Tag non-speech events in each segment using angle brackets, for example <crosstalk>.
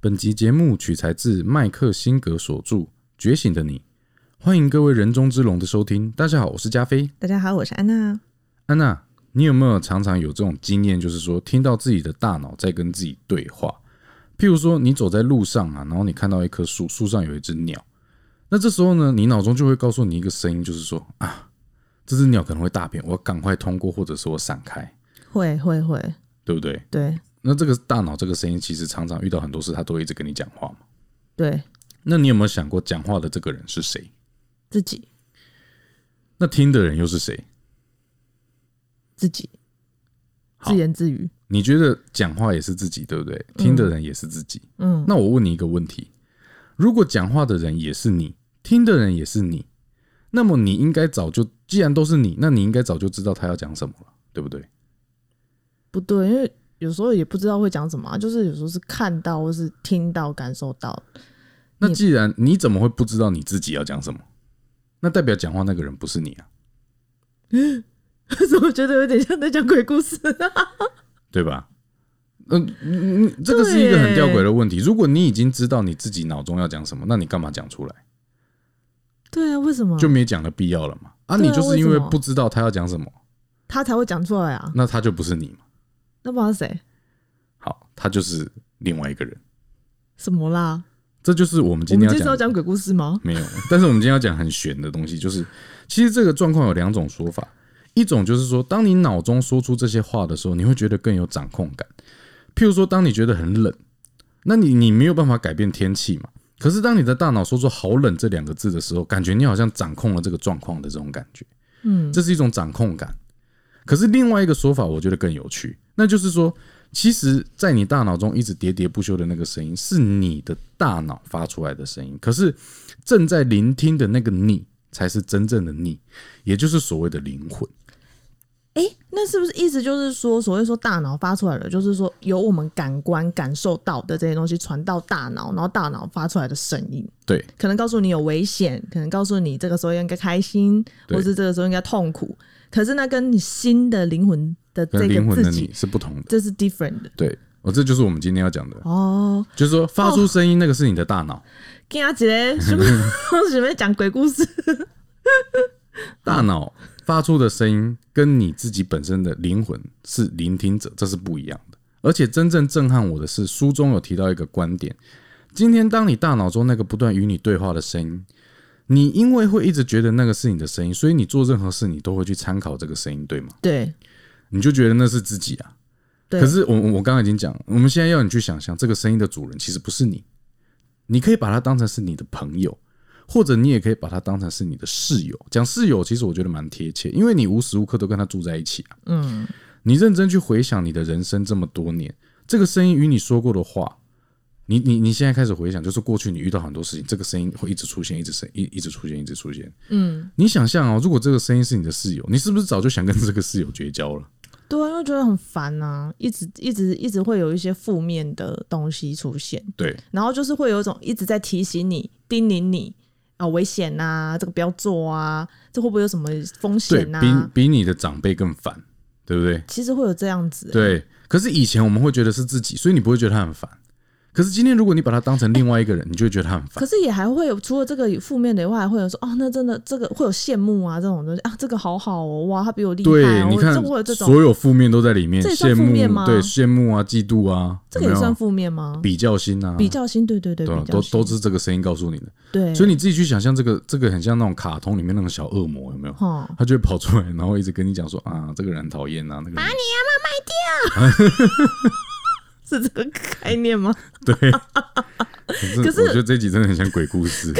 本集节目取材自麦克辛格所著《觉醒的你》，欢迎各位人中之龙的收听。大家好，我是加菲。大家好，我是安娜。安娜，你有没有常常有这种经验，就是说听到自己的大脑在跟自己对话？譬如说，你走在路上啊，然后你看到一棵树，树上有一只鸟，那这时候呢，你脑中就会告诉你一个声音，就是说啊，这只鸟可能会大便，我要赶快通过，或者是我闪开，会会会，对不对？对那这个大脑这个声音，其实常常遇到很多事，它都会一直跟你讲话嘛。对，那你有没有想过，讲话的这个人是谁？自己那听的人又是谁？自己好自言自语，你觉得讲话也是自己，对不对？听的人也是自己。嗯，那我问你一个问题：如果讲话的人也是你，听的人也是你，那么你应该早就，既然都是你，那你应该早就知道他要讲什么了，对不对？不对，因为有时候也不知道会讲什么啊、就是有时候是看到或是听到、感受到， <laughs> 那既然你怎么会不知道你自己要讲什么？那代表讲话那个人不是你啊，怎么觉得有点像在讲鬼故事、对吧？嗯、嗯嗯这个是一个很吊诡的问题。如果你已经知道你自己脑中要讲什么，那你干嘛讲出来？ <laughs> 对啊，为什么就没讲的必要了嘛？啊，对你啊就是因为为什么不知道他要讲什么，他才会讲出来啊？那他就不是你嘛。那不然谁？好，他就是另外一个人。什么啦？这就是我们我今们天今要天是讲要讲鬼故事吗？没有，但是我们今天要讲很玄的东西，就是其实这个状况有两种说法，一种就是说，当你脑中说出这些话的时候，你会觉得更有掌控感。譬如说，当你觉得很冷，那你你没有办法改变天气嘛。可是当你的大脑说出“好冷”这两个字的时候，感觉你好像掌控了这个状况的这种感觉，嗯，这是一种掌控感。可是另外一个说法，我觉得更有趣，那就是说，其实，在你大脑中一直喋喋不休的那个声音，是你的大脑发出来的声音。可是，正在聆听的那个你，才是真正的你，也就是所谓的灵魂。诶，那是不是意思就是说，所谓说大脑发出来的，就是说由我们感官感受到的这些东西传到大脑，然后大脑发出来的声音，对可能告诉你有危险，可能告诉你这个时候应该开心，对或是这个时候应该痛苦。可是那跟你新的灵魂的这跟灵魂个自的己你，是不同的。这是 different 的对，哦，这就是我们今天要讲的，哦。就是说发出声音那个是你的大脑，跟阿姐 <laughs> 什么准备讲鬼 <laughs> 故事？大脑发出的声音跟你自己本身的灵魂是聆听者，这是不一样的。而且真正震撼我的是，书中有提到一个观点：今天当你大脑中那个不断与你对话的声音，你因为会一直觉得那个是你的声音，所以你做任何事你都会去参考这个声音，对吗？对你就觉得那是自己啊。对，可是我我我刚刚已经讲了，我们现在要你去想象这个声音的主人其实不是你，你可以把它当成是你的朋友，或者你也可以把它当成是你的室友。讲室友其实我觉得蛮贴切，因为你无时无刻都跟他住在一起啊。嗯，你认真去回想你的人生这么多年，这个声音与你说过的话，你你你现在开始回想，就是过去你遇到很多事情，这个声音会一直出现，一直声一一直出现，一直出现。嗯，你想象哦，如果这个声音是你的室友，你是不是早就想跟这个室友绝交了？对啊，因为觉得很烦啊，一直一直一直会有一些负面的东西出现。对，然后就是会有一种一直在提醒你、叮咛你啊，危险呐、这个不要做啊，这会不会有什么风对险呐、比比你的长辈更烦，对不对？其实会有这样子、欸对。可是以前我们会觉得是自己，所以你不会觉得他很烦。可是今天如果你把他当成另外一个人，你就会觉得他很烦。可是也还会有，除了这个负面的以外，还会有说哦，那真的这个会有羡慕啊这种东西啊，这个好好哦，哇，他比我厉害、对，哦，你看这会有这种，所有负面都在里面，这也羡算负慕面吗对羡慕啊，嫉妒啊，这个有也没有算负面吗？比较心啊，比较心，对对对，对啊比，较都心都是这个声音告诉你的。对，所以以你自己去想象这个，这个很像那种卡通里面那种小恶魔，有没有？哈，他就会跑出来，然后一直跟你讲说啊，这个人很讨厌啊，那个人是这个概念吗？ <laughs> 对。 <laughs> 可可是我觉得这集真的很像鬼故事。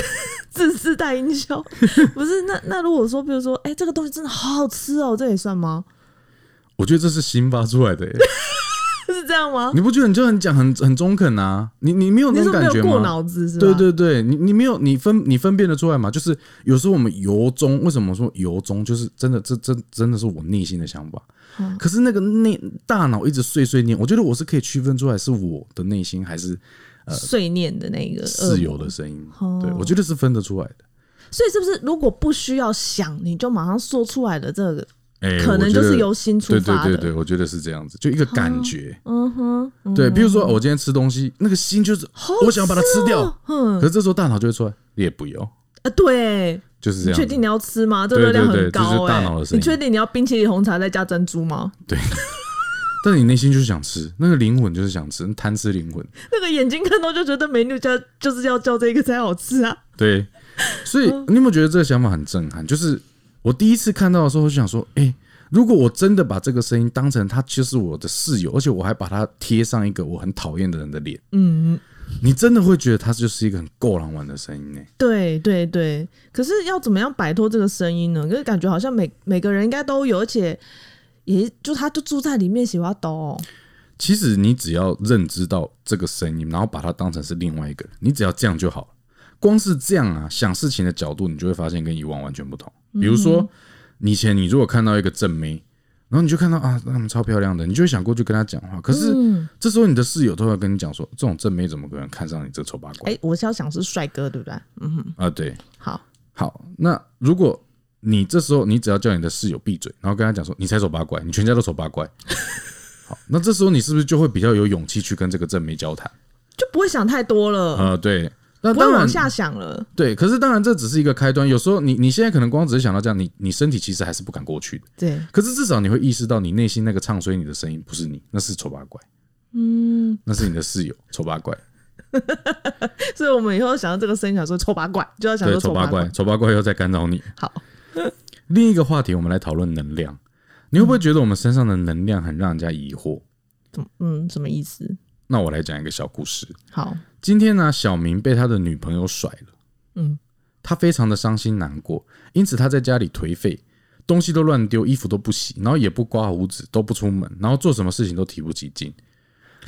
自私带营销， <laughs> 不是？那那如果说，比如说，哎、这个东西真的好好吃哦，这也算吗？ <laughs> 我觉得这是新发出来的耶，是这样吗？你不觉得你就很讲很很中肯啊？你你没有你那是种没感觉有过吗？脑子是吧？对对对，你你没有你分你分辨得出来吗？就是有时候我们由衷，为什么说由衷？就是真的，这真真的是我内心的想法。嗯可是那个内大脑一直碎碎念，我觉得我是可以区分出来是我的内心还是碎念的那个呃室恶友魔的声音。哦对，我觉得是分得出来的。所以是不是如果不需要想，你就马上说出来的这个哎，可能我觉就是得由心出发的对对对对，我觉得是这样子，就一个感觉。嗯哼，对，比如说哦我今天吃东西，那个心就是我想要把它吃掉，嗯，可是这时候大脑就会出来，也不用，啊，对，就是这你样确子。定你要吃吗？这对热量对很对这是高大哎脑的，声音你确定你要冰淇淋红茶再加珍珠吗？ <laughs> 对，但你内心就是想吃，那个灵魂就是想吃，贪吃灵魂。那个眼睛看到就觉得美女家就是要叫这个才好吃啊， <laughs> 对，所以嗯你有没有觉得这个想法很震撼？就是我第一次看到的时候，我就想说，哎、如果我真的把这个声音当成他就是我的室友，而且我还把它贴上一个我很讨厌的人的脸，嗯，你真的会觉得它就是一个很够狼玩的声音呢、欸对对对。可是要怎么样摆脱这个声音呢？可是感觉好像每每个人应该都有，而且也就他就住在里面，喜欢抖、哦。其实你只要认知到这个声音，然后把它当成是另外一个人，你只要这样就好了。光是这样啊，想事情的角度，你就会发现跟以往完全不同。比如说，你以前你如果看到一个正妹，然后你就看到啊，她们超漂亮的，你就会想过去跟她讲话。可是这时候你的室友都要跟你讲说，这种正妹怎么可能看上你这个丑八怪哎、我是要想是帅哥，对不对？嗯，啊？对，好，好，那如果你这时候你只要叫你的室友闭嘴，然后跟他讲说你才丑八怪，你全家都丑八怪。好，那这时候你是不是就会比较有勇气去跟这个正妹交谈？就不会想太多了，呃，对，那不会当然往下想了。对，可是当然这只是一个开端。有时候你你现在可能光只是想到这样，你你身体其实还是不敢过去的。对，可是至少你会意识到，你内心那个唱衰你的声音不是你，那是丑八怪。嗯，那是你的室友丑八怪，所以我们以后想到这个声音，想说丑八怪，就要想对，说丑八怪怪，。丑八怪又在干扰你。好，另一个话题，我们来讨论能量。你会不会觉得我们身上的能量很让人家疑惑？嗯，什么意思？那我来讲一个小故事。好，今天呢，小明被他的女朋友甩了，嗯，他非常的伤心难过，因此他在家里颓废，东西都乱丢，衣服都不洗，然后也不刮胡子，都不出门，然后做什么事情都提不起劲。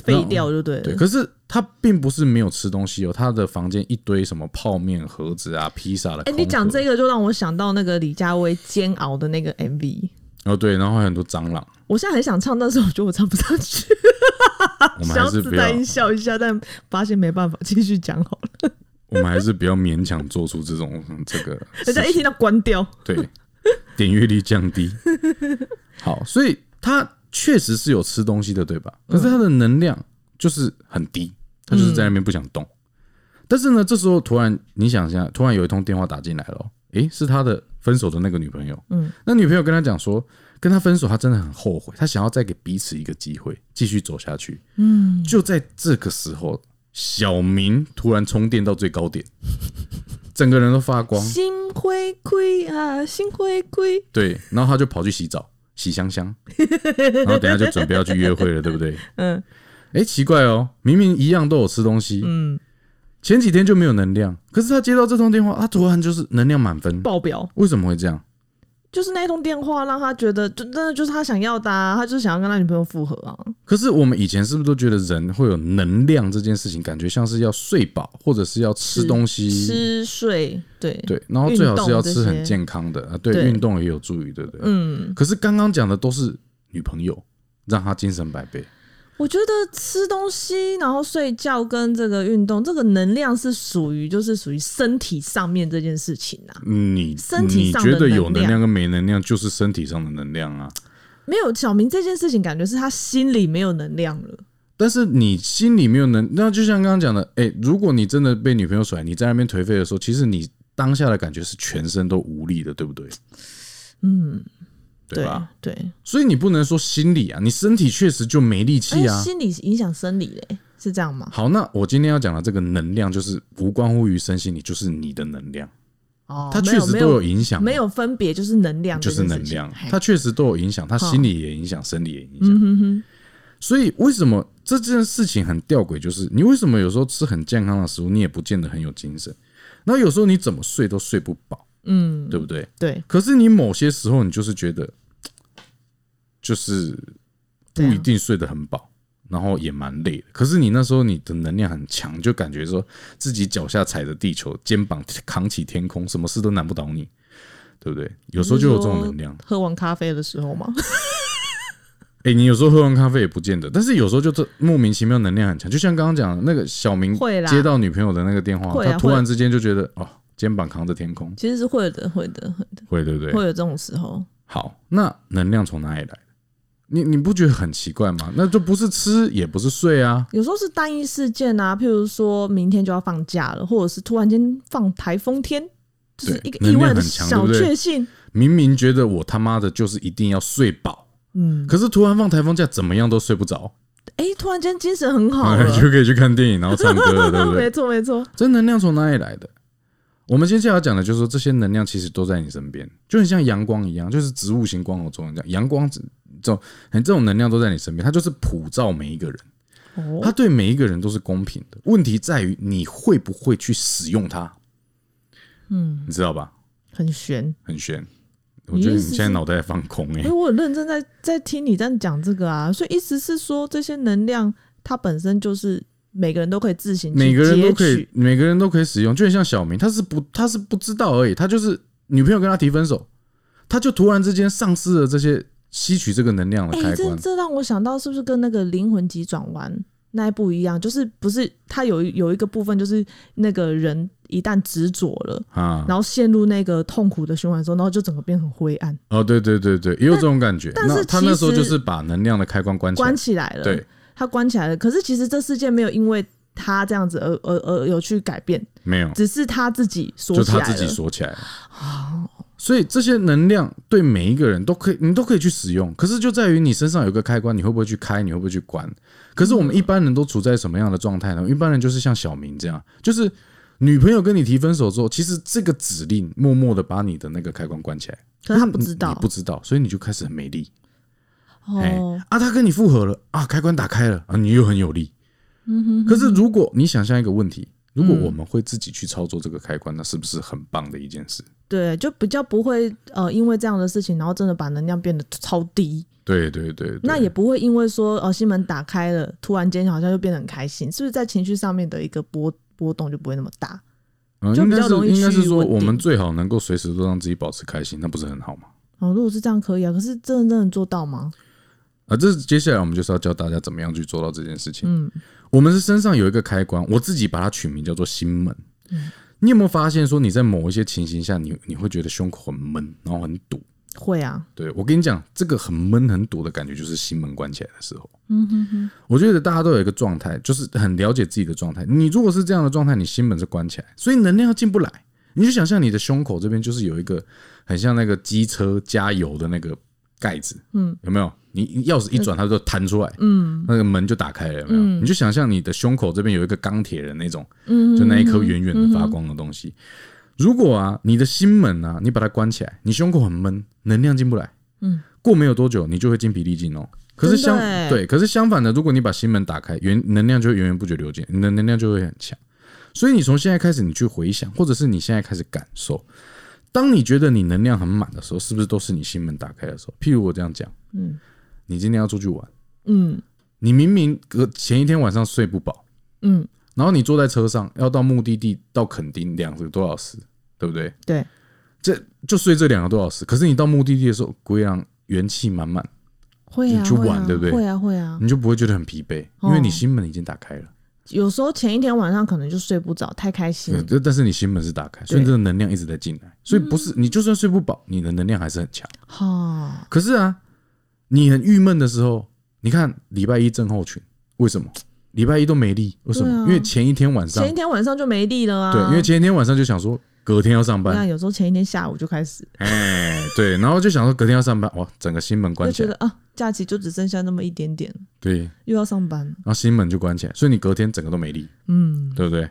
废掉就对了。对，可是他并不是没有吃东西哦，他的房间一堆什么泡面盒子啊、披萨的空哎、盒。你讲这个就让我想到那个李佳薇煎熬的那个 MV。哦，对，然后还有很多蟑螂，我现在很想唱，但是我觉得我唱不上去， <laughs> 我们想要还是自不要带，音效一下，但发现没办法，继续讲好了。我们还是不要勉强做出这种嗯这 <laughs> 个人家一听到关掉，对， <laughs> 点阅率降 <laughs> 低。好，所以他确实是有吃东西的，对吧？可是他的能量就是很低，他就是在那边不想动。但是呢，这时候突然你想一下，突然有一通电话打进来了哦，诶，是他的分手的那个女朋友。嗯，那女朋友跟他讲说，跟他分手，他真的很后悔，他想要再给彼此一个机会，继续走下去。嗯，就在这个时候，小明突然充电到最高点，整个人都发光，心灰灰啊，心灰灰。对，然后他就跑去洗澡，洗香香，然后等一下就准备要去约会了，对不对？嗯，哎，奇怪哦，明明一样都有吃东西，嗯，前几天就没有能量，可是他接到这通电话，他突然就是能量满分，爆表为什么会这样？就是那一通电话让他觉得，就真的就是他想要的、啊，他就是想要跟他女朋友复合啊。可是我们以前是不是都觉得人会有能量这件事情，感觉像是要睡饱，或者是要吃东西，吃睡，对对，然后最好是要运动吃这些很健康的啊，对，对运动也有助于，对不对？嗯，可是刚刚讲的都是女朋友，让他精神百倍，我觉得吃东西，然后睡觉跟这个运动，这个能量是属于就是属于身体上面这件事情啊。你身体上的你觉得有能量量跟没能量就是身体上的能量啊。没有小明这件事情，感觉是他心里没有能量了。但是你心里没有能，那就像刚刚讲的，哎、如果你真的被女朋友甩，你在那边颓废的时候，其实你当下的感觉是全身都无力的，对不对？嗯，对对吧？对，所以你不能说心理啊，你身体确实就没力而气且啊。哎心理影响生理嘞，是这样吗？好，那我今天要讲的这个能量，就是无关乎于身心理，就是你的能量，哦，它没确有实没都有有影响，啊没有分别，就是能量就这是件能事情，量，嘿嗯它确实都有影响，它心理也影响，生理也影响。所以为什么这件事情很吊诡？就是你为什么有时候吃很健康的食物，你也不见得很有精神，那有时候你怎么睡都睡不饱，嗯，对不对？对可是你某些时候你就是觉得，就是不对啊一定睡得很饱。然后也蛮累的，可是你那时候你的能量很强，就感觉说自己脚下踩着地球，肩膀扛起天空，什么事都难不倒你，对不对？有时候就有这种能量。喝完咖啡的时候 <laughs> 嘛，哎、你有时候喝完咖啡也不见得，但是有时候就是莫名其妙能量很强，就像刚刚讲的那个小明会啦接到女朋友的那个电话，会啊他突然之间就觉得哦，肩膀扛着天空，其实是会的，会的，会的，会对不对？会有这种时候。好，那能量从哪里来的？你你不觉得很奇怪吗？那就不是吃，也不是睡啊。有时候是单一事件啊，譬如说明天就要放假了，或者是突然间放台风天，就是对一个意外能量的很强小对不对确幸。明明觉得我他妈的就是一定要睡饱，嗯，可是突然放台风假，怎么样都睡不着，哎、突然间精神很好 <laughs> 就了，可以去看电影，然后唱歌了，对不对 <laughs> 没？错没错，这能量从哪里来的？我们接下来要讲的就是说，这些能量其实都在你身边，就很像阳光一样，就是植物型光合作用这样，阳光这种很这种能量都在你身边，它就是普照每一个人，它哦，对每一个人都是公平的。问题在于你会不会去使用它，嗯，你知道吧？很悬。很玄，我觉得你意你思是现在脑袋放空哎、因为我很认真在在听你这样讲这个啊，所以意思是说，这些能量它本身就是每个人都可以自行去每个人都可截以取，，每个人都可以使用，就很像小明，他是不他是不知道而已，他就是女朋友跟他提分手，他就突然之间丧失了这些吸取这个能量的哎、开这关。这让我想到，是不是跟那个灵魂急转弯那一部一样？就是不是它有一有一个部分，就是那个人一旦执着了，啊，然后陷入那个痛苦的循环中，然后就整个变很灰暗，哦，对对对对，也有这种感觉。但但是那他那时候其实就是把能量的开关关起来关，起来了。对，它关起来了。可是其实这世界没有因为他这样子而而而有去改变，没有，只是他自己就锁起他来自了。哦己锁起来了。所以这些能量对每一个人都可以，你都可以去使用。可是就在于你身上有个开关，你会不会去开，你会不会去关？可是我嗯们一般人都处在什么样的状态呢？一般人就是像小明这样，就是女朋友跟你提分手之后，其实这个指令默默的把你的那个开关关起来，可是他不知你道不知道，所以你就开始很没力。哎哦，啊，他跟你复合了啊，开关打开了啊，你又很有力。嗯可是如果你想象一个问题，如果我们会自己去操作这个开关，那是不是很棒的一件事？对，就比较不会呃，因为这样的事情，然后真的把能量变得超低。对对对对那也不会因为说呃心门打开了，突然间好像就变得很开心，是不是在情绪上面的一个波波动就不会那么大？嗯，就应比该较是容易应该是趋于说，稳我们定最好能够随时都让自己保持开心，那不是很好吗？哦，如果是这样可以啊，可是真的真的做到吗？啊，这是接下来我们就是要教大家怎么样去做到这件事情。嗯，我们是身上有一个开关，我自己把它取名叫做心门。嗯你有没有发现说，你在某一些情形下，你你会觉得胸口很闷，然后很堵？会啊，对我跟你讲，这个很闷很堵的感觉，就是心门关起来的时候。嗯哼哼，我觉得大家都有一个状态，就是很了解自己的状态。你如果是这样的状态，你心门是关起来，所以能量进不来。你就想象你的胸口这边就是有一个很像那个机车加油的那个盖子，嗯，有没有？你钥匙一转，它就弹出来，嗯，那个门就打开了，有没有？嗯你就想象你的胸口这边有一个钢铁人那种，嗯，就那一颗圆圆的发光的东嗯西。如果啊，你的心门啊，你把它关起来，你胸口很闷，能量进不来，嗯，过没有多久，你就会精疲力尽哦。可是真相的欸对，可是相反的，如果你把心门打开，源能量就会源源不绝流进，你的能量就会很强。所以你从现在开始，你去回想，或者是你现在开始感受，当你觉得你能量很满的时候，是不是都是你心门打开的时候？譬如我这样讲，嗯，你今天要出去玩，嗯你明明隔前一天晚上睡不饱，嗯，然后你坐在车上要到目的地到垦丁两个多小时，对不对？对，这就睡这两个多小时，可是你到目的地的时候，归阳元气满满，会啊，你去会玩啊对不对会啊，会啊。你就不会觉得很疲惫，哦因为你心门已经打开了。有时候前一天晚上可能就睡不着，太开心对了，但但是你心门是打开，所以对嗯这个能量一直在进来，所以不是你就算睡不饱，你的能量还是很强。哈，可是啊，你很郁闷的时候，你看礼拜一症候群，为什么？礼拜一都没力，为什么？对啊因为前一天晚上前一，天晚上就没力了啊。对，因为前一天晚上就想说隔天要上那班，有时候前一天下午就开始，哎，对，然后就想说隔天要上班，哇，整个心门就关起觉来得，啊，假期就只剩下那么一点点，对，又要上班。然后心门就关起来，所以你隔天整个都没力，嗯，对不对？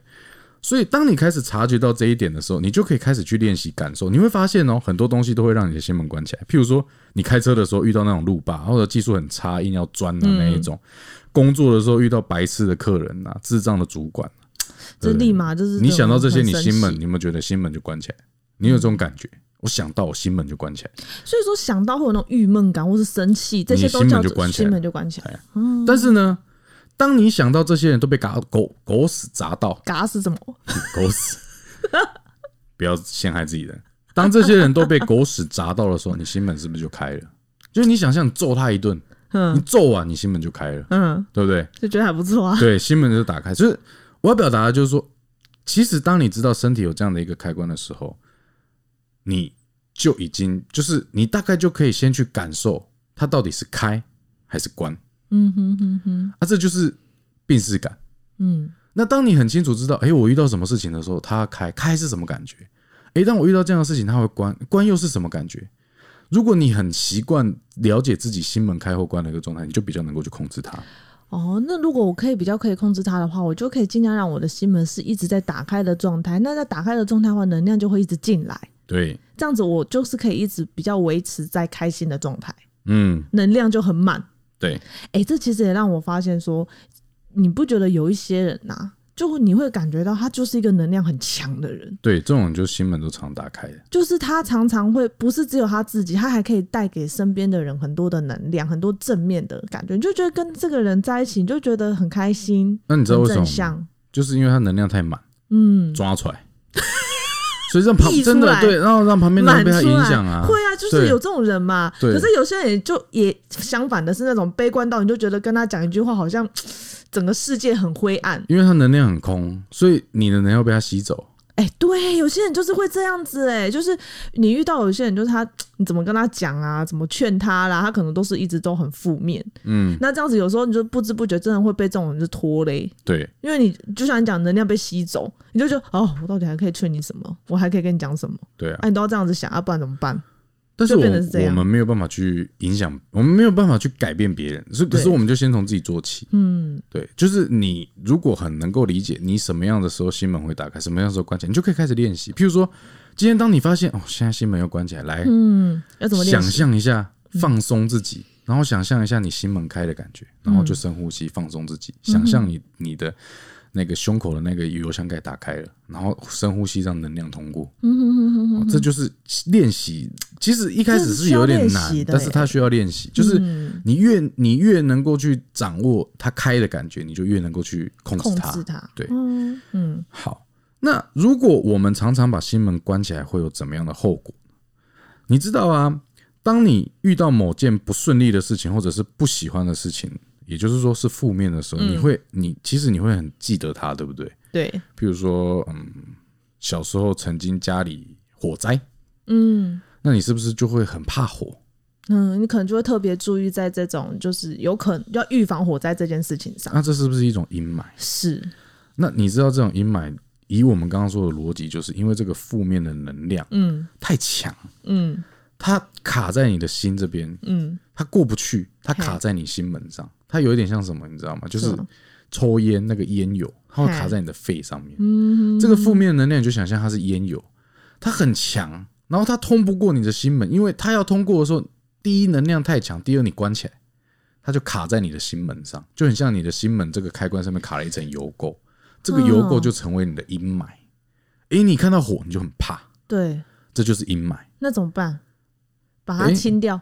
所以当你开始察觉到这一点的时候，你就可以开始去练习感受。你会发现哦，很多东西都会让你的心门关起来。譬如说，你开车的时候遇到那种路霸，或者技术很差硬要钻嗯的那一种；工作的时候遇到白痴的客人啊、智障的主管，这立马就是你想到这些，很你生心门，气你有没有觉得心门就关起来？你有这种感觉？我想到，我心门就关起来。所以说想到会有那种郁闷感或是生气，这些都你心叫门就做关起来心门就关起来。但是呢，当你想到这些人都被嘎狗狗屎砸到， <laughs> 嘎是什么？狗屎，不要陷害自己人。当这些人都被狗屎砸到的时候，你心门是不是就开了？就是你想象你揍他一顿，你嗯揍完你心门就开了，嗯，对不对？就觉得还不错 <laughs> 啊。对，心门就打开。就是我要表达的就是说，其实当你知道身体有这样的一个开关的时候，你就已经就是你大概就可以先去感受它到底是开还是关嗯哼哼哼，啊，这就是病视感。嗯，那当你很清楚知道，哎、我遇到什么事情的时候，它开开是什么感觉？哎、当我遇到这样的事情，它会关关又是什么感觉？如果你很习惯了解自己心门开或关的一个状态，你就比较能够去控制它。哦，那如果我可以比较可以控制它的话，我就可以尽量让我的心门是一直在打开的状态。那在打开的状态的话，能量就会一直进来，对，这样子我就是可以一直比较维持在开心的状态，嗯，能量就很满。对，哎、这其实也让我发现说，你不觉得有一些人呐、就你会感觉到他就是一个能量很强的人，对，这种就心门都常打开的。就是他常常会不是只有他自己，他还可以带给身边的人很多的能量，很多正面的感觉，你就觉得跟这个人在一起，你就觉得很开心，那你知道很为什正么吗？向。就是因为它能量太满，嗯，抓出来， <laughs> 所以让旁溢出真的来对，然后让旁边的满人被它出影来响啊会。啊，就是对有这种人嘛。对可是有些人也就也相反的是那种悲观到你就觉得跟他讲一句话，好像整个世界很灰暗。因为它能量很空，所以你的能量被它吸走。哎、对，有些人就是会这样子、哎，就是你遇到有些人，就是他你怎么跟他讲啊，怎么劝他啦，他可能都是一直都很负面。嗯，那这样子有时候你就不知不觉真的会被这种人就拖累，对，因为你就像你讲，能量被吸走，你就觉得哦，我到底还可以劝你什么？我还可以跟你讲什么？对啊。哎、你都要这样子想，要、不然怎么办？但是就变成是这我样我们没有办法去影响，我们没有办法去改变别人，所以可是对我们就先从自己做起。嗯，对，就是你如果很能够理解你什么样的时候心门会打开，什么样的时候关起来，你就可以开始练习。譬如说，今天当你发现哦，现在心门又关起来，来、嗯，要怎么练想习？象一下放松自己，然后想象一下你心门开的感觉，嗯然后就深呼吸放松自己，想象你你的那个胸口的那个油箱盖打开了，然后深呼吸让能量通过。嗯哼哼哼哼，哦这就是练习。其实一开始这是是需要有点练习难，的欸嗯但是它需要练习。就是你越你越能够去掌握它开的感觉，你就越能够去控制控它。制它。对嗯嗯，好，那如果我们常常把心门关起来，会有怎么样的后果？你知道啊，当你遇到某件不顺利的事情，或者是不喜欢的事情，也就是说是负面的时候，你会你其实你会很记得它，对不对？对，譬如说，嗯，小时候曾经家里火灾，嗯。那你是不是就会很怕火？嗯，你可能就会特别注意在这种就是有可能要预防火灾这件事情上。那这是不是一种阴霾？是，那你知道这种阴霾，以我们刚刚说的逻辑，就是因为这个负面的能量嗯太强，嗯它卡在你的心这边，嗯，它过不去，它卡嘿在你心门上，它有一点像什么，你知道吗？就是什么抽烟那个烟油，它会嘿嗯卡在你的肺上面。这个负面能量，你就想象它是烟油，它很强，然后它通不过你的心门，因为它要通过的时候，第一能量太强，第二你关起来，它就卡在你的心门上，就很像你的心门这个开关上面卡了一层油垢，这个油垢哦就成为你的阴霾。诶，你看到火你就很怕，对，这就是阴霾。那怎么办？把它诶清掉。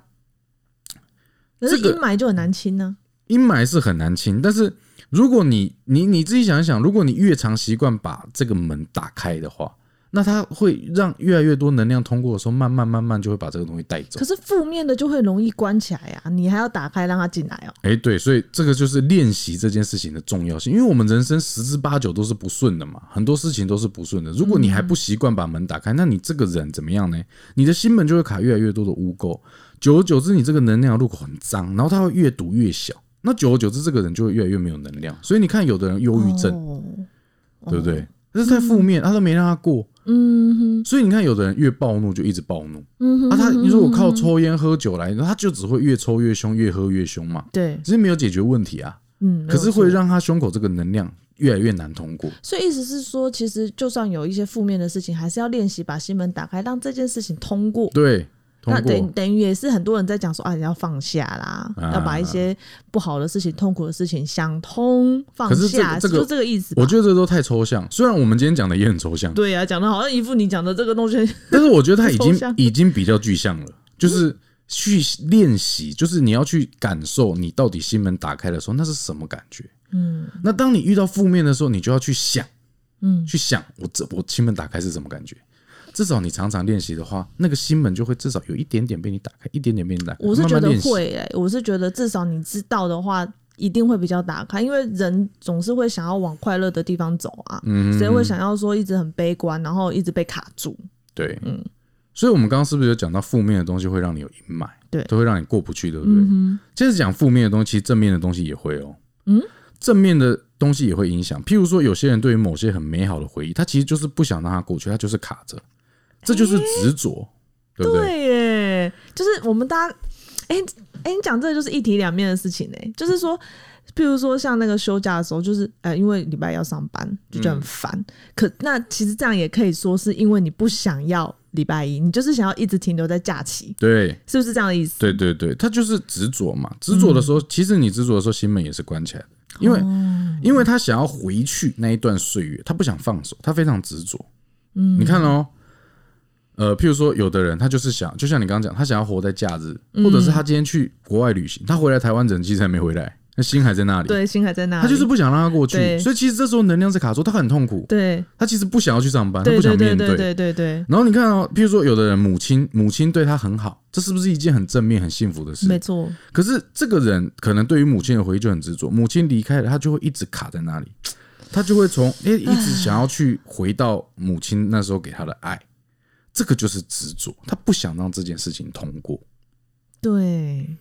可是这个阴霾就很难清呢、阴霾是很难清，但是如果你你你自己想一想，如果你越常习惯把这个门打开的话，那它会让越来越多能量通过的时候，慢慢慢慢就会把这个东西带走可。是负面的就会容易关起来呀、你还要打开让它进来哦。哎、对，所以这个就是练习这件事情的重要性，因为我们人生十之八九都是不顺的嘛，很多事情都是不顺的。如果你还不习惯把门打开，那你这个人怎么样呢？你的心门就会卡越来越多的污垢，久而久之，你这个能量入口很脏，然后它会越堵越小。那久而久之，这个人就会越来越没有能量。所以你看，有的人忧郁症，哦对不对？这是太负面，他都没让他过。嗯哼，所以你看，有的人越暴怒就一直暴怒，嗯哼，啊，他如果靠抽烟喝酒来，那他就只会越抽越凶，越喝越凶嘛，对，只是没有解决问题啊。嗯，可是没有会错。让他胸口这个能量越来越难通过。所以意思是说，其实就算有一些负面的事情，还是要练习把心门打开，让这件事情通过。对，通那等过，等于也是很多人在讲说啊，你要放下啦，啊要把一些不好的事情、痛苦的事情想通放可是这下，这个就这个意思吧。我觉得这都太抽象。虽然我们今天讲的也很抽象，对呀、讲的好像一副你讲的这个东西，但是我觉得他已 <laughs> 抽经象已经比较具象了，就是去练习，就是你要去感受你到底心门打开的时候，那是什么感觉。嗯那当你遇到负面的时候，你就要去想，嗯，去想我这我心门打开是什么感觉。至少你常常练习的话，那个心门就会至少有一点点被你打开，一点点被你打开。我是觉慢慢得练习会、欸，我是觉得至少你知道的话，一定会比较打开，因为人总是会想要往快乐的地嗯方走啊，谁会想要说一直很悲观，然后一直被卡住？对，嗯所以，我们刚刚是不是有讲到负面的东西会让你有阴霾？对都会让你过不去，对不对？接着讲负面的东西，其实正面的东西也会哦。嗯，正面的东西也会影响。譬如说，有些人对于某些很美好的回忆，他其实就是不想让它过去，他就是卡着，这就是执着，对不对？对耶，就是我们大家，哎、哎、你讲这个就是一体两面的事情呢、就是说，譬如说像那个休假的时候，就是呃，因为礼拜一要上班，就嗯觉得很烦。可那其实这样也可以说是因为你不想要礼拜一，你就是想要一直停留在假期，对，是不是这样的意思？对，对，对，他就是执着嘛。执着的时候，嗯其实你执着的时候，心门也是关起来的，因为、哦因为他想要回去那一段岁月，他不想放手，他非常执着。嗯，你看哦，呃，譬如说，有的人他就是想，就像你刚刚讲，他想要活在假日，嗯或者是他今天去国外旅行，他回来台湾人其实还没回来，那心还在那里，对，心还在那里，他就是不想让他过去，对所以其实这时候能量是卡住，他很痛苦，对，他其实不想要去上班，他对不想对对面对对对对，然后你看哦，譬如说，有的人母亲母亲对他很好，这是不是一件很正面、很幸福的事？没错，可是这个人可能对于母亲的回忆就很执着，母亲离开了，他就会一直卡在那里，他就会从诶一直想要去回到母亲那时候给他的爱，这个就是执着，他不想让这件事情通过，对，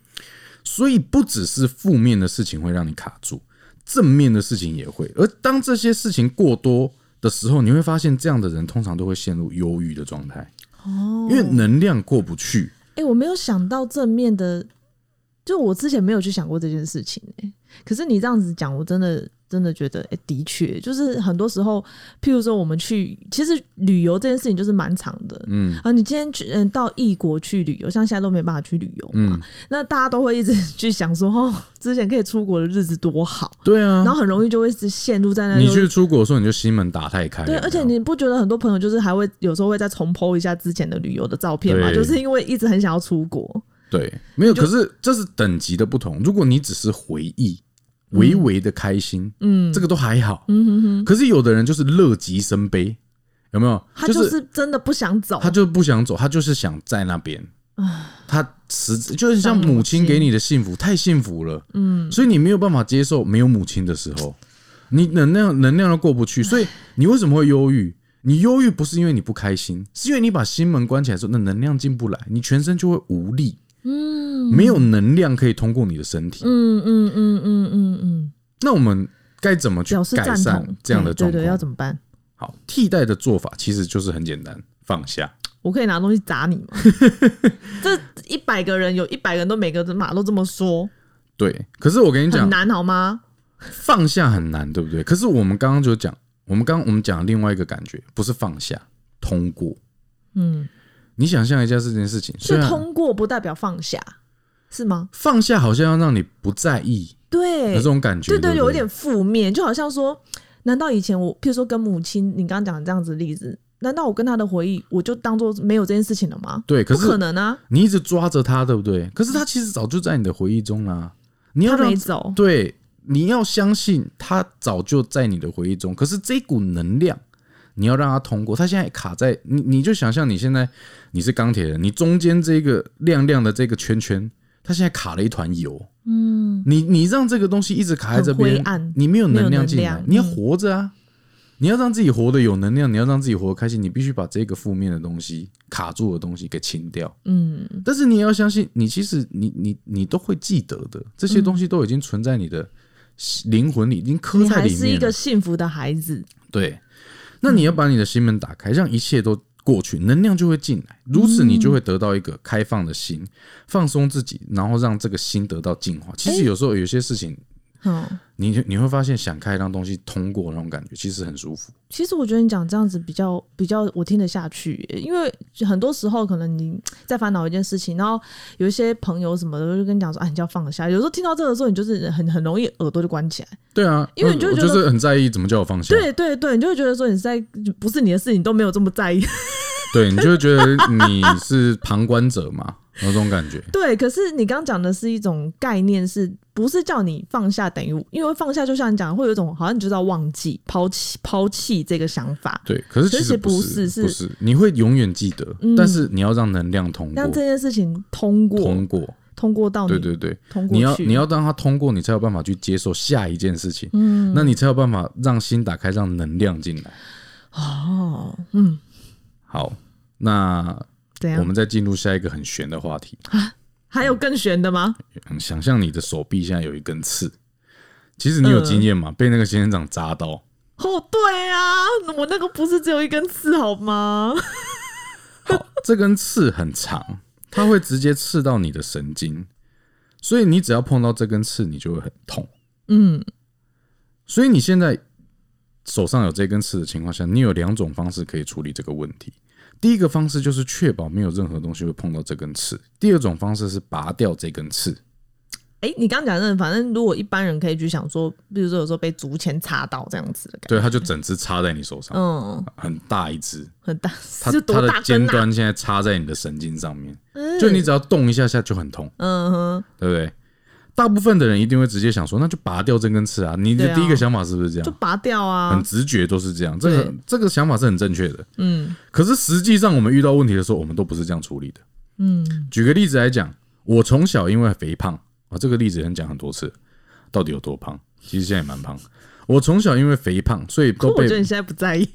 所以不只是负面的事情会让你卡住，正面的事情也会。而当这些事情过多的时候，你会发现这样的人通常都会陷入忧郁的状态，哦，因为能量过不去。哎、我没有想到正面的，就我之前没有去想过这件事情、欸。可是你这样子讲，我真的真的觉得，哎、的确，就是很多时候，譬如说我们去，其实旅游这件事情就是蛮长的。嗯啊，你今天去嗯到异国去旅游，像现在都没办法去旅游嘛，嗯，那大家都会一直去想说，哦，之前可以出国的日子多好，对啊然后。很容易就会是陷入在那你种去出国的时候，你就心门打太开了。对，而且有没有你不觉得很多朋友就是还会有时候会再重 PO 一下之前的旅游的照片嘛？对就是因为一直很想要出国，对，没有，可是这是等级的不同。如果你只是回忆，微微的开心，嗯，这个都还好，嗯哼哼。可是有的人就是乐极生悲，有没有？他就就是是真的不想走，他就不想走，他就是想在那边。他实就是像像母母亲亲给你的幸福太幸福了，嗯，所以你没有办法接受没有母亲的时候，你能量能量都过不去，所以你为什么会忧郁？你忧郁不是因为你不开心，是因为你把心门关起来之后，那能量进不来，你全身就会无力，嗯，没有能量可以通过你的身体。嗯嗯嗯嗯嗯嗯，那我们该怎么去表示改赞善同嗯这样的对状对对，要况？怎么办？好，替代的做法其实就是很简单，放下。我可以拿东西 <laughs> 砸你吗？这一百个人有一百个人都每个人马都这么说，对，可是我跟你讲很，难好吗？放下很难，对不对？可是我们刚刚就讲，我们刚我们讲的另外一个感觉，不是放下，通过。嗯，你想象一下这件事情，虽是然通过不代表放下，是吗？放下好像要让你不在意有对这，种感觉，对对对，不有一点负面，就好像说，难道以前我，譬如说跟母亲，你刚刚讲的这样子的例子，难道我跟她的回忆，我就当做没有这件事情了吗？对。可不可是能啊，你一直抓着他，对不对？可是他其实早就在你的回忆中啦、你要她让没走，对，你要相信他早就在你的回忆中，可是这股能量。你要让它通过，它现在卡在你，你就想象你现在你是钢铁人，你中间这个亮亮的这个圈圈，它现在卡了一团油，嗯，你你让这个东西一直卡在这很边灰暗，你没有能量进没有能来量，你要活着啊，你要让自己活得有能量，你要让自己活得开心，你必须把这个负面的东西、卡住的东西给清掉，嗯，但是你也要相信，你其实你你你都会记得的，这些东西都已经存在你的灵魂里，已经刻你在还里是一面个了。幸福的孩子，对，那你要把你的心门打开，让一切都过去，能量就会进来，如此你就会得到一个开放的心，放松自己，然后让这个心得到净化。其实有时候有些事情，嗯。你你会发现想开让东西通过那种感觉，其实很舒服。其实我觉得你讲这样子比较比较我听得下去耶，因为很多时候可能你在烦恼一件事情，然后有一些朋友什么的就跟你讲说啊，你就要放下。有时候听到这个的时候，你就是很很容易耳朵就关起来。对啊，因为你就我会就觉得是很在意怎么叫我放下，对对对，你就会觉得说你是在不是你的事情你都没有这么在意。对你就会觉得你是旁观者嘛，有这种感觉。对，可是你刚刚讲的是一种概念是，不是叫你放下等于因为放下就像你讲的，会有一种好像你就是要忘记抛弃抛弃这个想法。对，可是其其实实不不是，是是不是，你会永远记得，嗯但是你要让能量通过让，这件事情通过嗯通过，通过到你对对对，通过你要去，你要让它通过，你才有办法去接受下一件事情，嗯，那你才有办法让心打开，让能量进来。哦，嗯，好，那怎样我们再进入下一个很悬的话题。还有更悬的吗？嗯想象你的手臂现在有一根刺，其实你嗯有经验嘛？被那个仙人掌扎到，哦，对啊，我那个不是只有一根刺好吗？ <laughs> 好，这根刺很长，它会直接刺到你的神经，所以你只要碰到这根刺，你就会很痛。嗯，所以你现在手上有这根刺的情况下，你有两种方式可以处理这个问题。第一个方式就是确保没有任何东西会碰到这根刺；第二种方式是拔掉这根刺。哎、你刚讲的，反正如果一般人可以去想说，比如说有时候被竹签插到这样子的感觉，对，它就整只插在你手上，嗯，很大一只，很大，它是它多的大尖根啊？端现在插在你的神经上面，就你只要动一下下就很痛。嗯哼，对不对？大部分的人一定会直接想说，那就拔掉这根刺啊！你对的啊第一个想法是不是这就样？拔掉啊很。直觉都是这样，这个对这个想法是很正确的。嗯可是实际上，我们遇到问题的时候，我们都不是这样处理的。嗯，举个例子来讲，我从小因为肥胖啊，这个例子也很讲很多次，到底有多胖？其实现在也蛮胖。我从小因为肥胖，所以可都我被觉得你现在不在意，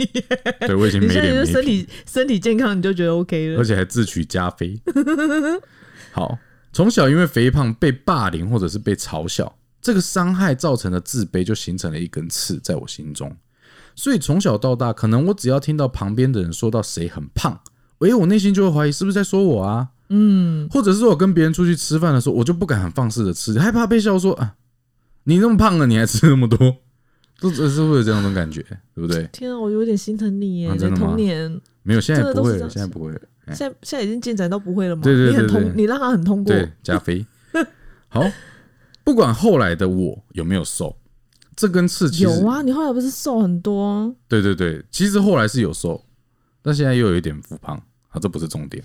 对我已经你没现在脸就没是身皮体身体健康，你就觉得 OK 而了。且还自取加 <laughs> 菲。好，从小因为肥胖被霸凌或者是被嘲笑，这个伤害造成的自卑就形成了一根刺在我心中。所以从小到大，可能我只要听到旁边的人说到谁很胖，诶、我内心就会怀疑是不是在说我啊？嗯，或者是说我跟别人出去吃饭的时候，我就不敢很放肆的吃，害怕被笑说啊，你那么胖了，你还吃那么多， <laughs> 都是是会有这样的感觉，对不对？天啊，我有点心疼你耶！啊你的真的吗童年没有，现在真的不都是会这了，样现在不会了。哎现在现在已经进展到不会了吗？对对你很对对通，你让他很通过。对，加菲。 <laughs> 好，不管后来的我有没有瘦，这根刺其实有啊，你后来不是瘦很多？对对对，其实后来是有瘦，但现在又有一点复胖。啊，这不是重点，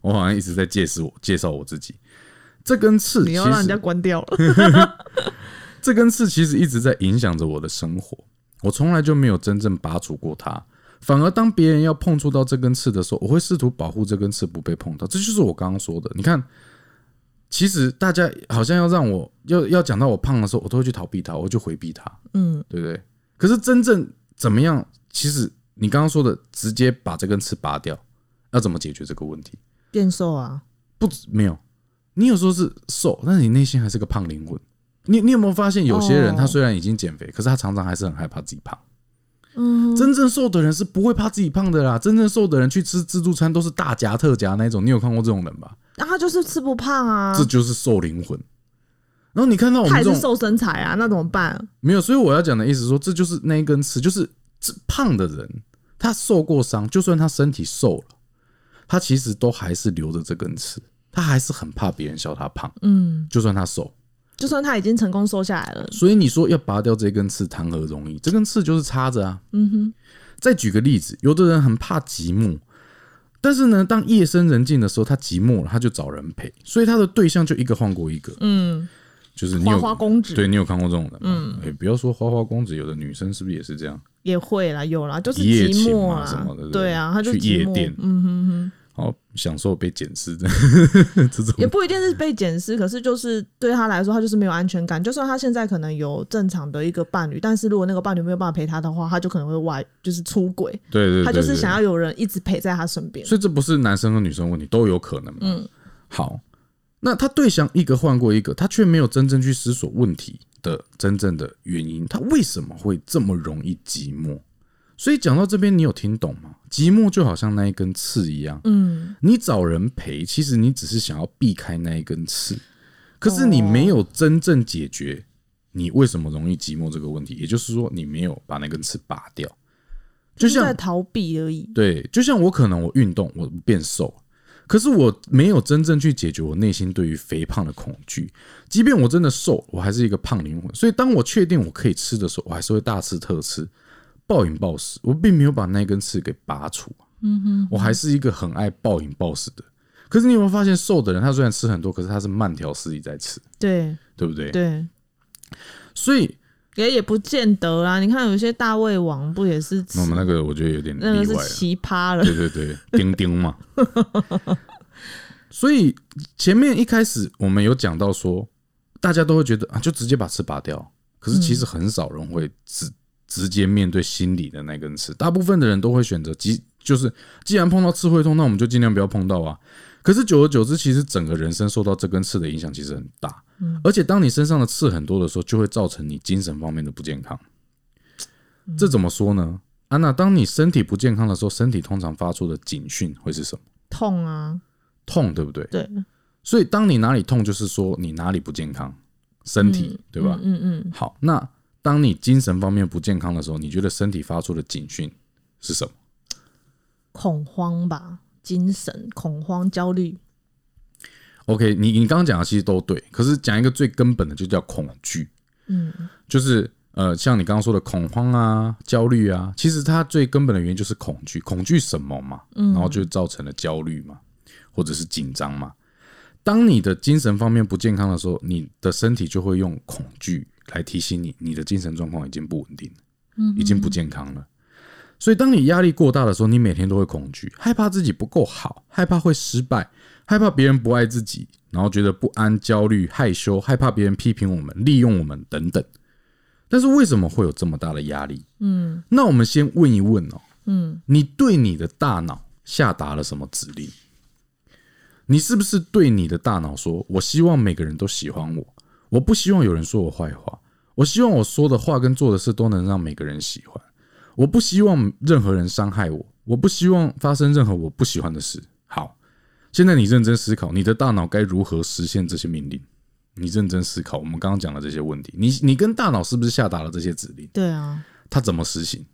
我好像一直在介绍我介绍我自己。这根刺你其要让人家实关掉了。这根刺其实一直在影响着我的生活，我从来就没有真正拔除过它。反而当别人要碰触到这根刺的时候，我会试图保护这根刺不被碰到。这就是我刚刚说的。你看，其实大家好像要让我要要讲到我胖的时候，我都会去逃避它，我就回避它。嗯，对不对？可是真正怎么样？其实你刚刚说的，直接把这根刺拔掉，要怎么解决这个问题？变瘦啊，不止没有，你有时候是瘦，但是你内心还是个胖灵魂。你你有没有发现，有些人哦他虽然已经减肥，可是他常常还是很害怕自己胖。嗯，真正瘦的人是不会怕自己胖的啦。真正瘦的人去吃自助餐都是大夹特夹那一种，你有看过这种人吧？那、啊他就是吃不胖啊这，就是瘦灵魂。然后你看到我他们也这是种瘦身材啊，那怎么办？没有，所以我要讲的意思说，这就是那一根刺，就是这胖的人，他受过伤，就算他身体瘦了，他其实都还是留着这根刺，他还是很怕别人笑他胖，嗯，就算他瘦。就算他已经成功瘦下来了，所以你说要拔掉这根刺，谈何容易？这根刺就是插着啊。嗯哼，再举个例子，有的人很怕寂寞，但是呢，当夜深人静的时候，他寂寞了，他就找人陪，所以他的对象就一个换过一个，嗯，就是你花有花公子对你有看过这种人吗？嗯，也、不要说花花公子，有的女生是不是也是这样？也会啦，有啦，就是一夜寂情寞嘛啦，什么的对不对对啊，他就去寂夜寞，店嗯哼哼，好享受被检视的 <laughs> 这种也不一定是被检视，可是就是对他来说，他就是没有安全感。就算他现在可能有正常的一个伴侣，但是如果那个伴侣没有办法陪他的话，他就可能会外就是出轨，对对对，他就是对想要有人一直陪在他身边。所以这不是男生和女生问题，都有可能嘛。嗯，好，那他对象一个换过一个，他却没有真正去思索问题的真正的原因，他为什么会这么容易寂寞？所以讲到这边，你有听懂吗？寂寞就好像那一根刺一样，嗯，你找人陪，其实你只是想要避开那一根刺，可是你没有真正解决你为什么容易寂寞这个问题，也就是说，你没有把那根刺拔掉。就就是像在逃避而已。对，就像我可能我运动我变瘦，可是我没有真正去解决我内心对于肥胖的恐惧。即便我真的瘦，我还是一个胖灵魂。所以当我确定我可以吃的时候，我还是会大吃特吃，暴饮暴食。我并没有把那根刺给拔除。嗯哼，我还是一个很爱暴饮暴食的。可是你有没有发现，瘦的人他虽然吃很多，可是他是慢条斯理在吃，对对不对？对，所以也也不见得啊啦。你看有些大胃王不也是吃那我们那个我觉得有点那个例是外了。啊奇葩了，对对对，钉钉嘛。 <laughs> 所以前面一开始我们有讲到说，大家都会觉得啊，就直接把刺拔掉。可是其实很少人会直直接面对心里的那根刺，大部分的人都会选择即就是既然碰到刺会痛，那我们就尽量不要碰到啊。可是久而久之，其实整个人生受到这根刺的影响其实很大，而且当你身上的刺很多的时候，就会造成你精神方面的不健康。这怎么说呢？安娜，啊当你身体不健康的时候，身体通常发出的警讯会是什么？痛啊，痛，对不对？对，所以当你哪里痛，就是说你哪里不健康，身体，对吧？嗯嗯，好，那当你精神方面不健康的时候，你觉得身体发出的警讯是什么？恐慌吧，精神恐慌、焦虑， OK，你你刚刚讲的其实都对，可是讲一个最根本的，就叫恐惧。嗯，就是呃，像你刚刚说的恐慌啊、焦虑啊，其实它最根本的原因就是恐惧，恐惧什么嘛，然后就造成了焦虑嘛，或者是紧张嘛。当你的精神方面不健康的时候，你的身体就会用恐惧来提醒你，你的精神状况已经不稳定了，已经不健康了。所以，当你压力过大的时候，你每天都会恐惧，害怕自己不够好，害怕会失败，害怕别人不爱自己，然后觉得不安、焦虑、害羞，害怕别人批评我们、利用我们等等。但是为什么会有这么大的压力？嗯，那我们先问一问哦，嗯，你对你的大脑下达了什么指令？你是不是对你的大脑说：“我希望每个人都喜欢我，我不希望有人说我坏话，我希望我说的话跟做的事都能让每个人喜欢，我不希望任何人伤害我，我不希望发生任何我不喜欢的事。”好，现在你认真思考，你的大脑该如何实现这些命令？你认真思考，我们刚刚讲的这些问题，你你跟大脑是不是下达了这些指令？对啊，它怎么实行？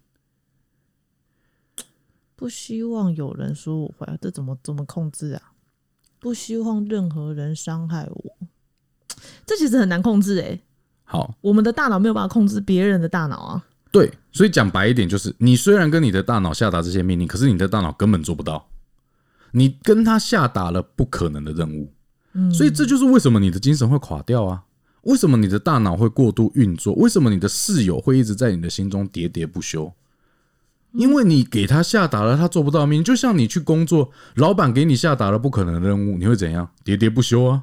不希望有人说我坏，这怎么怎么控制啊？不希望任何人伤害我，这其实很难控制哎、好，我们的大脑没有办法控制别人的大脑啊。对，所以讲白一点，就是你虽然跟你的大脑下达这些命令，可是你的大脑根本做不到，你跟他下达了不可能的任务，所以这就是为什么你的精神会垮掉啊，为什么你的大脑会过度运作，为什么你的室友会一直在你的心中喋喋不休。因为你给他下达了他做不到的命令，就像你去工作，老板给你下达了不可能的任务，你会怎样？喋喋不休啊！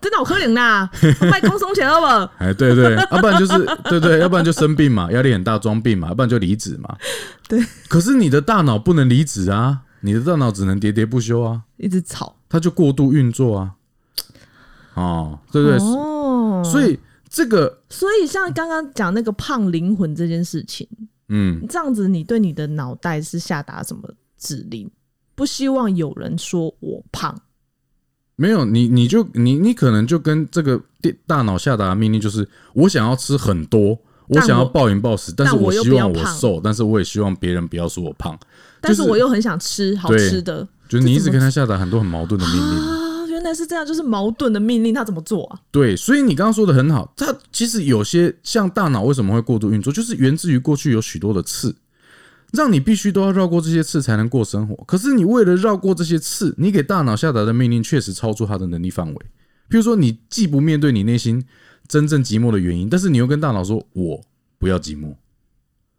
真的好可怜呐，卖空松钱好不好？哎，对对， <laughs> 要、不然就是对对，要不然就生病嘛，压力很大装病嘛，要不然就离职嘛。对，可是你的大脑不能离职啊，你的大脑只能喋喋不休啊， <laughs> 一直吵它就过度运作啊。哦，对不对？哦。所以这个，所以像刚刚讲那个胖灵魂这件事情，嗯，这样子你对你的脑袋是下达什么指令？不希望有人说我胖，没有你，你就你你可能就跟这个电大脑下达的命令就是，我想要吃很多。我但想要我暴饮暴食，但是但我又希不要望我胖瘦，但是我也希望别人不要说我胖。但是就是我又很想吃好吃的就是你一直这跟怎么他下达很多很矛盾的命令。啊！原来是这样，就是矛盾的命令，他怎么做啊？对，所以你刚刚说的很好，它其实有些像大脑为什么会过度运作，就是源自于过去有许多的刺，让你必须都要绕过这些刺才能过生活。可是你为了绕过这些刺，你给大脑下达的命令确实超出它的能力范围。譬如说，你既不面对你内心真正寂寞的原因，但是你又跟大脑说“我不要寂寞”，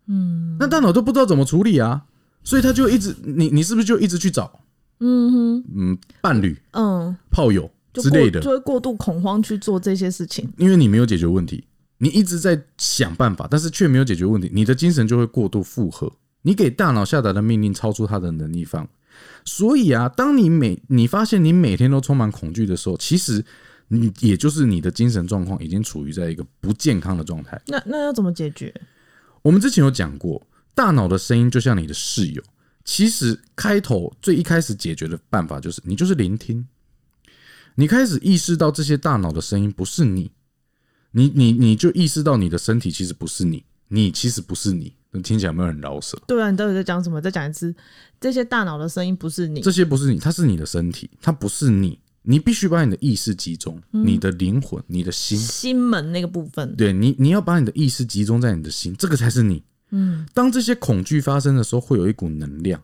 嗯，那大脑都不知道怎么处理啊，所以他就一直你你是不是就一直去找嗯哼，嗯伴侣、嗯，炮友就之过类的就，会过度恐慌去做这些事情。因为你没有解决问题，你一直在想办法，但是却没有解决问题，你的精神就会过度负荷，你给大脑下达的命令超出它的能力范围。所以啊，当你每你发现你每天都充满恐惧的时候，其实你也就是你的精神状况已经处于在一个不健康的状态。那那要怎么解决？我们之前有讲过，大脑的声音就像你的室友。其实开头最一开始解决的办法就是，你就是聆听。你开始意识到这些大脑的声音不是你，你你你就意识到你的身体其实不是你，你其实不是你。那听起来有没有很饶舌？对啊，你到底在讲什么？再讲一次，这些大脑的声音不是你这些不是你，它是你的身体，它不是你。你必须把你的意识集中，你的灵魂，你的心，心门那个部分。对你，你要把你的意识集中在你的心，这个才是你。嗯，当这些恐惧发生的时候，会有一股能量，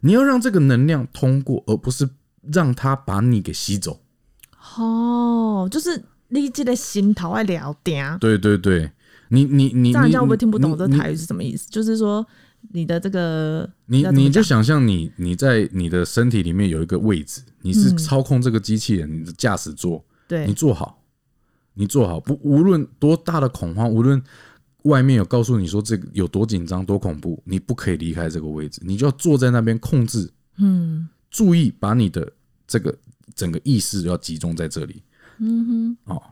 你要让这个能量通过，而不是让它把你给吸走。哦，就是你这个心头爱聊天，啊对对对，你你你，这样人你家会不会听不懂这你台语是什么意思？就是说你的这个你要怎么你就讲想象你你在你的身体里面有一个位置，你嗯是操控这个机器人，你的驾驶座，对你，坐好，你坐好，不无论多大的恐慌，无论外面有告诉你说这个有多紧张、多恐怖，你不可以离开这个位置，你就要坐在那边控制，嗯注意把你的这个整个意识要集中在这里。嗯哼，哦，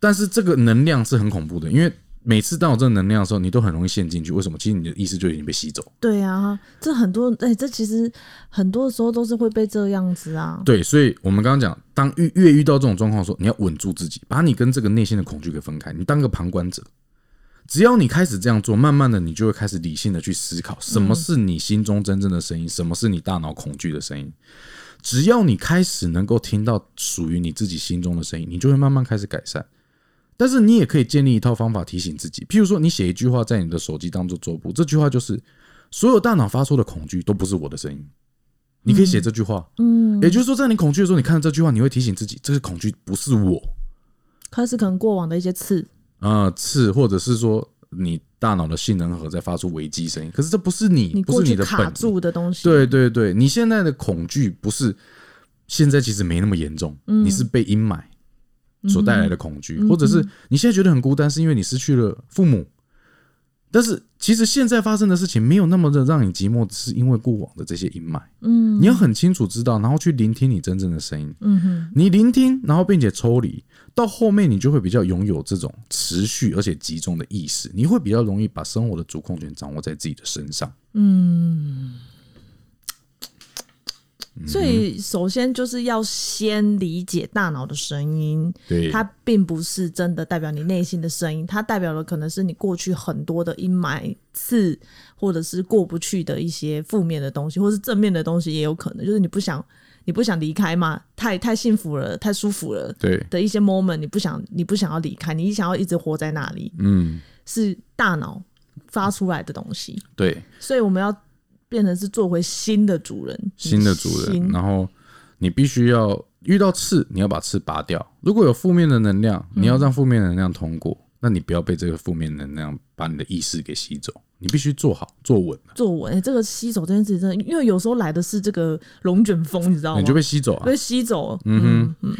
但是这个能量是很恐怖的，因为每次当有这个能量的时候，你都很容易陷进去。为什么？其实你的意识就已经被吸走。对啊，这很多哎、这其实很多时候都是会被这样子啊。对，所以我们刚刚讲，当遇越遇到这种状况的时候，你要稳住自己，把你跟这个内心的恐惧给分开，你当个旁观者。只要你开始这样做，慢慢的你就会开始理性的去思考，什么是你心中真正的声音，什么是你大脑恐惧的声音。只要你开始能够听到属于你自己心中的声音，你就会慢慢开始改善。但是你也可以建立一套方法提醒自己，譬如说，你写一句话在你的手机当做桌布，这句话就是：所有大脑发出的恐惧都不是我的声音。你可以写这句话，嗯，也就是说，在你恐惧的时候，你看到这句话，你会提醒自己，这个恐惧不是我开始可能过往的一些刺，啊、呃是或者是说你大脑的性能核在发出危机声音，可是这不是你，你不过是去你的卡本意。住的东西。对对对，你现在的恐惧不是现在其实没那么严重，嗯你是被阴霾所带来的恐惧，或者是你现在觉得很孤单，是因为你失去了父母。但是其实现在发生的事情没有那么的让你寂寞，只是因为过往的这些阴霾。嗯你要很清楚知道，然后去聆听你真正的声音。嗯哼，你聆听，然后并且抽离，到后面你就会比较拥有这种持续而且集中的意识，你会比较容易把生活的主控权掌握在自己的身上。嗯所以首先就是要先理解大脑的声音，对它并不是真的代表你内心的声音，它代表的可能是你过去很多的阴霾刺，或者是过不去的一些负面的东西，或是正面的东西也有可能，就是你不想你不想离开嘛，太太幸福了，太舒服了对，的一些 moment，你不想你不想要离开，你想要一直活在那里，嗯，是大脑发出来的东西，对，所以我们要变成是做回新的主人，新的主人，心然后你必须要遇到刺，你要把刺拔掉。如果有负面的能量，嗯你要让负面能量通过，那你不要被这个负面能量把你的意识给吸走，你必须做好做稳了，作文、欸这个吸走这件事情真的，因为有时候来的是这个龙卷风，你知道吗？你就被吸走啊。被吸走了。嗯哼，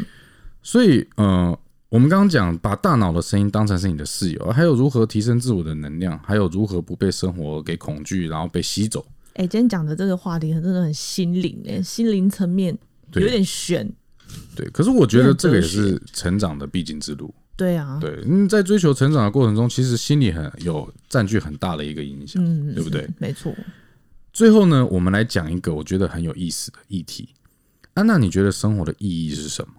所以，呃，我们刚刚讲把大脑的声音当成是你的室友，还有如何提升自我的能量，还有如何不被生活给恐惧，然后被吸走。哎、今天讲的这个话题真的很心灵哎、心灵层面对有点悬。对，可是我觉得这个也是成长的必经之路。对啊，对，嗯，在追求成长的过程中，其实心理很有占据很大的一个影响，嗯，对不对？没错。最后呢，我们来讲一个我觉得很有意思的议题。安娜，你觉得生活的意义是什么？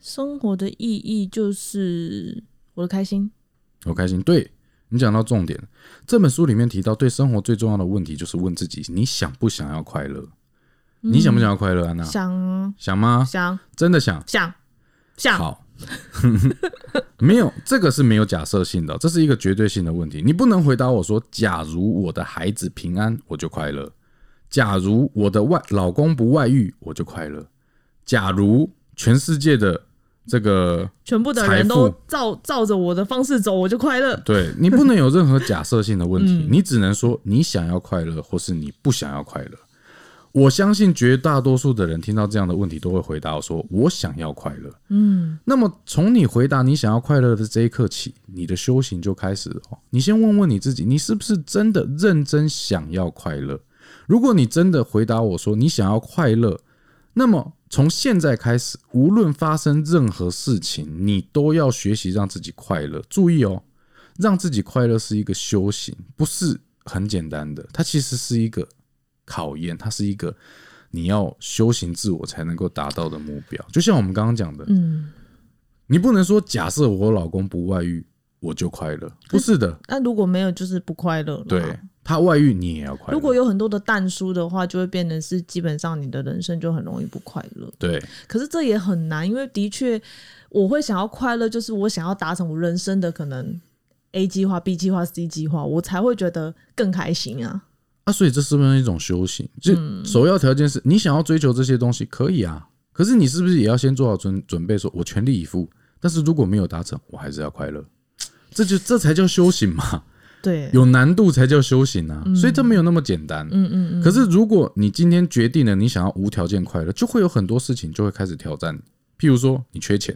生活的意义就是我的开心。我开心，对你讲到重点了。这本书里面提到，对生活最重要的问题就是问自己：你想不想要快乐？你想不想要快乐，安娜？想啊想吗？想真的想？想想，好， <laughs> 没有，这个是没有假设性的，这是一个绝对性的问题。你不能回答我说：假如我的孩子平安，我就快乐；假如我的外老公不外遇，我就快乐；假如全世界的这个全部的财人都富照照着我的方式走，我就快乐。对你不能有任何假设性的问题，你只能说你想要快乐，或是你不想要快乐。我相信绝大多数的人听到这样的问题，都会回答我说：“我想要快乐。”嗯，那么从你回答你想要快乐的这一刻起，你的修行就开始了哦。你先问问你自己，你是不是真的认真想要快乐？如果你真的回答我说你想要快乐，那么从现在开始，无论发生任何事情，你都要学习让自己快乐。注意哦，让自己快乐是一个修行，不是很简单的，它其实是一个考验，它是一个你要修行自我才能够达到的目标。就像我们刚刚讲的，嗯，你不能说假设我老公不外遇我就快乐，不是的，那如果没有，就是不快乐了。对他外遇你也要快乐。嗯如果有很多的淡书的话，就会变成是基本上你的人生就很容易不快乐。对可是这也很难，因为的确我会想要快乐，就是我想要达成我人生的可能 A 计划、B 计划、C 计划，我才会觉得更开心啊。啊，所以这是不是一种修行？就嗯首要条件是你想要追求这些东西，可以啊。可是你是不是也要先做好准准备，说我全力以赴？但是如果没有达成，我还是要快乐，这就这才叫修行嘛，对，有难度才叫修行啊。所以这没有那么简单。嗯嗯嗯，可是如果你今天决定了你想要无条件快乐，就会有很多事情就会开始挑战你，譬如说你缺钱，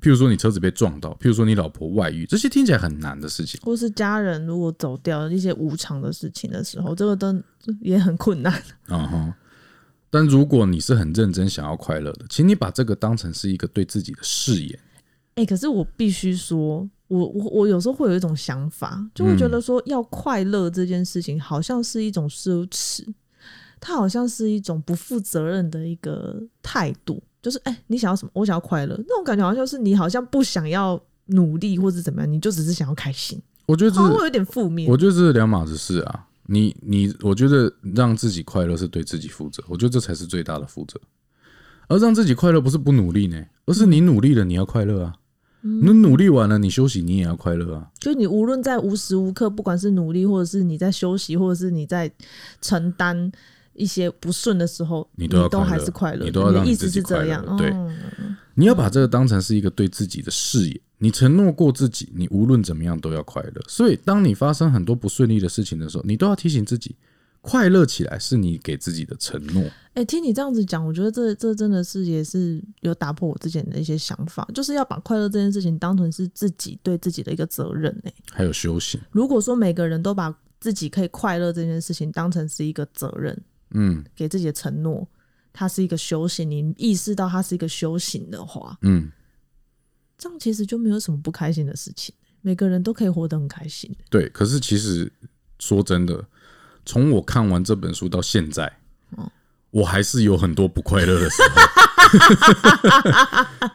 譬譬如说你车子被撞到，譬如说你老婆外遇，这些听起来很难的事情。或是家人如果走掉一些无常的事情的时候，这个都也很困难。嗯哼。但如果你是很认真想要快乐的，请你把这个当成是一个对自己的誓言。哎、可是我必须说，我我我有时候会有一种想法，就会觉嗯得说要快乐这件事情好像是一种奢侈，它好像是一种不负责任的一个态度。就是哎、你想要什么？我想要快乐，那种感觉好像就是你好像不想要努力或者怎么样，你就只是想要开心，我觉得这好像是会有点负面我。觉得这是两码子事啊。你你，我觉得让自己快乐是对自己负责，我觉得这才是最大的负责。而让自己快乐不是不努力呢，而是你努力了，你要快乐啊。你努力完了，你休息，你也要快乐啊。就是你无论在无时无刻，不管是努力，或者是你在休息，或者是你在承担一些不顺的时候，你你都要快乐还是快乐的。你都要让的你意自思己是这样快乐，对哦你要把这个当成是一个对自己的誓言。你承诺过自己，你无论怎么样都要快乐。所以，当你发生很多不顺利的事情的时候，你都要提醒自己，快乐起来是你给自己的承诺。哎、听你这样子讲，我觉得这这真的是也是有打破我之前的一些想法，就是要把快乐这件事情当成是自己对自己的一个责任、欸。还有修行，如果说每个人都把自己可以快乐这件事情当成是一个责任，嗯给自己的承诺，它是一个修行，你意识到它是一个修行的话，嗯，这样其实就没有什么不开心的事情，欸每个人都可以活得很开心。对，可是其实说真的，从我看完这本书到现在，嗯我还是有很多不快乐的时候。 <laughs>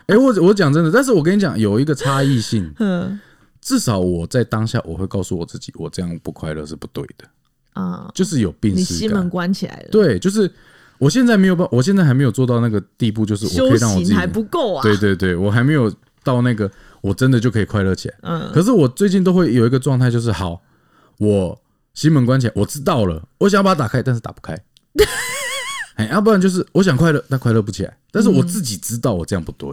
哎、我我讲真的，但是我跟你讲，有一个差异性，嗯至少我在当下，我会告诉我自己，我这样不快乐是不对的，啊，就是有病你耻心门感。关起来了，对，就是我现在没有办，我现在还没有做到那个地步，就是我可修以让我自己行还不够啊。对对对，我还没有到那个我真的就可以快乐起来。嗯可是我最近都会有一个状态，就是好，我心门关起来，我知道了，我想要把它打开，但是打 <laughs> 不开。哎，要、不然就是我想快乐，但快乐不起来。但嗯是我自己知道我这样不对。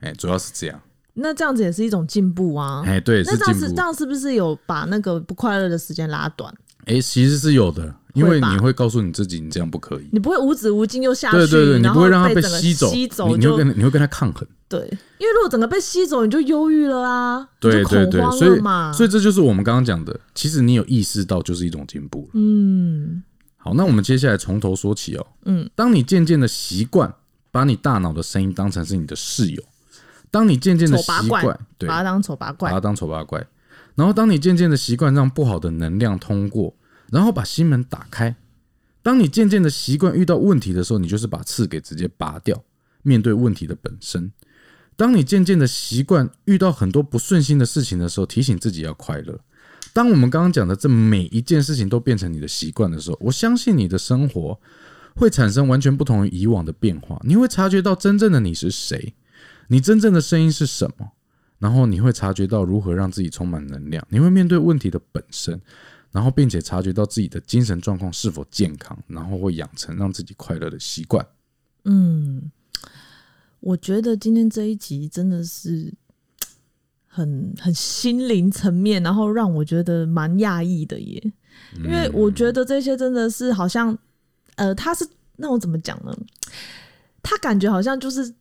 哎、主要是这样。那这样子也是一种进步啊。哎，对，是那这样进是这步。样是不是有把那个不快乐的时间拉短？哎、其实是有的，因为会吧你会告诉你自己，你这样不可以。你不会无止无尽又下去，对对对，你然不后会让它被整个吸走，吸走你你会就跟你会跟它抗衡。对，因为如果整个被吸走，你就忧郁了啊，你对就对恐对，慌所了以嘛。所以这就是我们刚刚讲的，其实你有意识到就是一种进步了。嗯，好，那我们接下来从头说起哦。嗯，当你渐渐的习惯把你大脑的声音当成是你的室友，当你渐渐的丑八习怪惯，对，把它当丑八把怪它，当丑八怪。然后，当你渐渐的习惯让不好的能量通过，然后把心门打开。当你渐渐的习惯遇到问题的时候，你就是把刺给直接拔掉，面对问题的本身。当你渐渐的习惯遇到很多不顺心的事情的时候，提醒自己要快乐。当我们刚刚讲的这每一件事情都变成你的习惯的时候，我相信你的生活会产生完全不同于以往的变化。你会察觉到真正的你是谁，你真正的声音是什么。然后你会察觉到如何让自己充满能量，你会面对问题的本身，然后并且察觉到自己的精神状况是否健康，然后会养成让自己快乐的习惯。嗯，我觉得今天这一集真的是很很心灵层面，然后让我觉得蛮讶异的耶，因为我觉得这些真的是好像，呃，他是那我怎么讲呢？他感觉好像就是。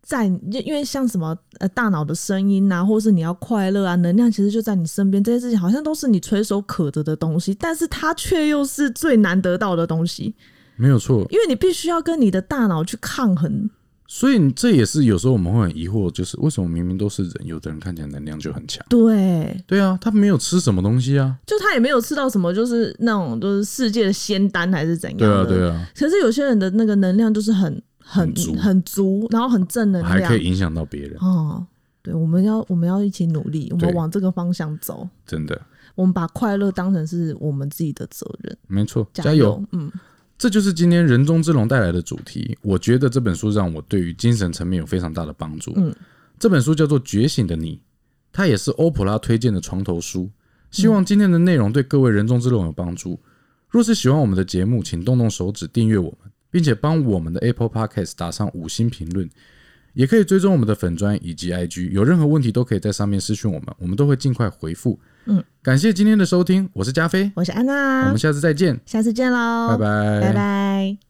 在因因为像什么呃大脑的声音啊，或是你要快乐啊，能量其实就在你身边，这些事情好像都是你垂手可得的东西，但是它却又是最难得到的东西。没有错，因为你必须要跟你的大脑去抗衡。所以这也是有时候我们会很疑惑，就是为什么明明都是人，有的人看起来能量就很强？对，对啊，他没有吃什么东西啊？就他也没有吃到什么，就是那种就是世界的仙丹还是怎样对啊，的。对啊，可是有些人的那个能量就是很很很足很足，然后很正能还量可以。影响到别人，哦，对，我们要我们要一起努力，我对们往这个方向走。真的我们把快乐当成是我们自己的责任，没错，加加油！！嗯，这就是今天人中之龙带来的主题。我觉得这本书让我对于精神层面有非常大的帮助。嗯，这本书叫做《觉醒的你》，它也是欧普拉推荐的床头书。希望今天的内容对各位人中之龙有帮助。若是喜欢我们的节目，请动动手指订阅我们，并且帮我们的 Apple Podcast 打上五星评论。也可以追踪我们的粉砖以及 IG，有任何问题都可以在上面私讯我们，我们都会尽快回复。嗯，感谢今天的收听，我是加菲，我是安我娜们，下次再见，下次见喽，拜拜，拜拜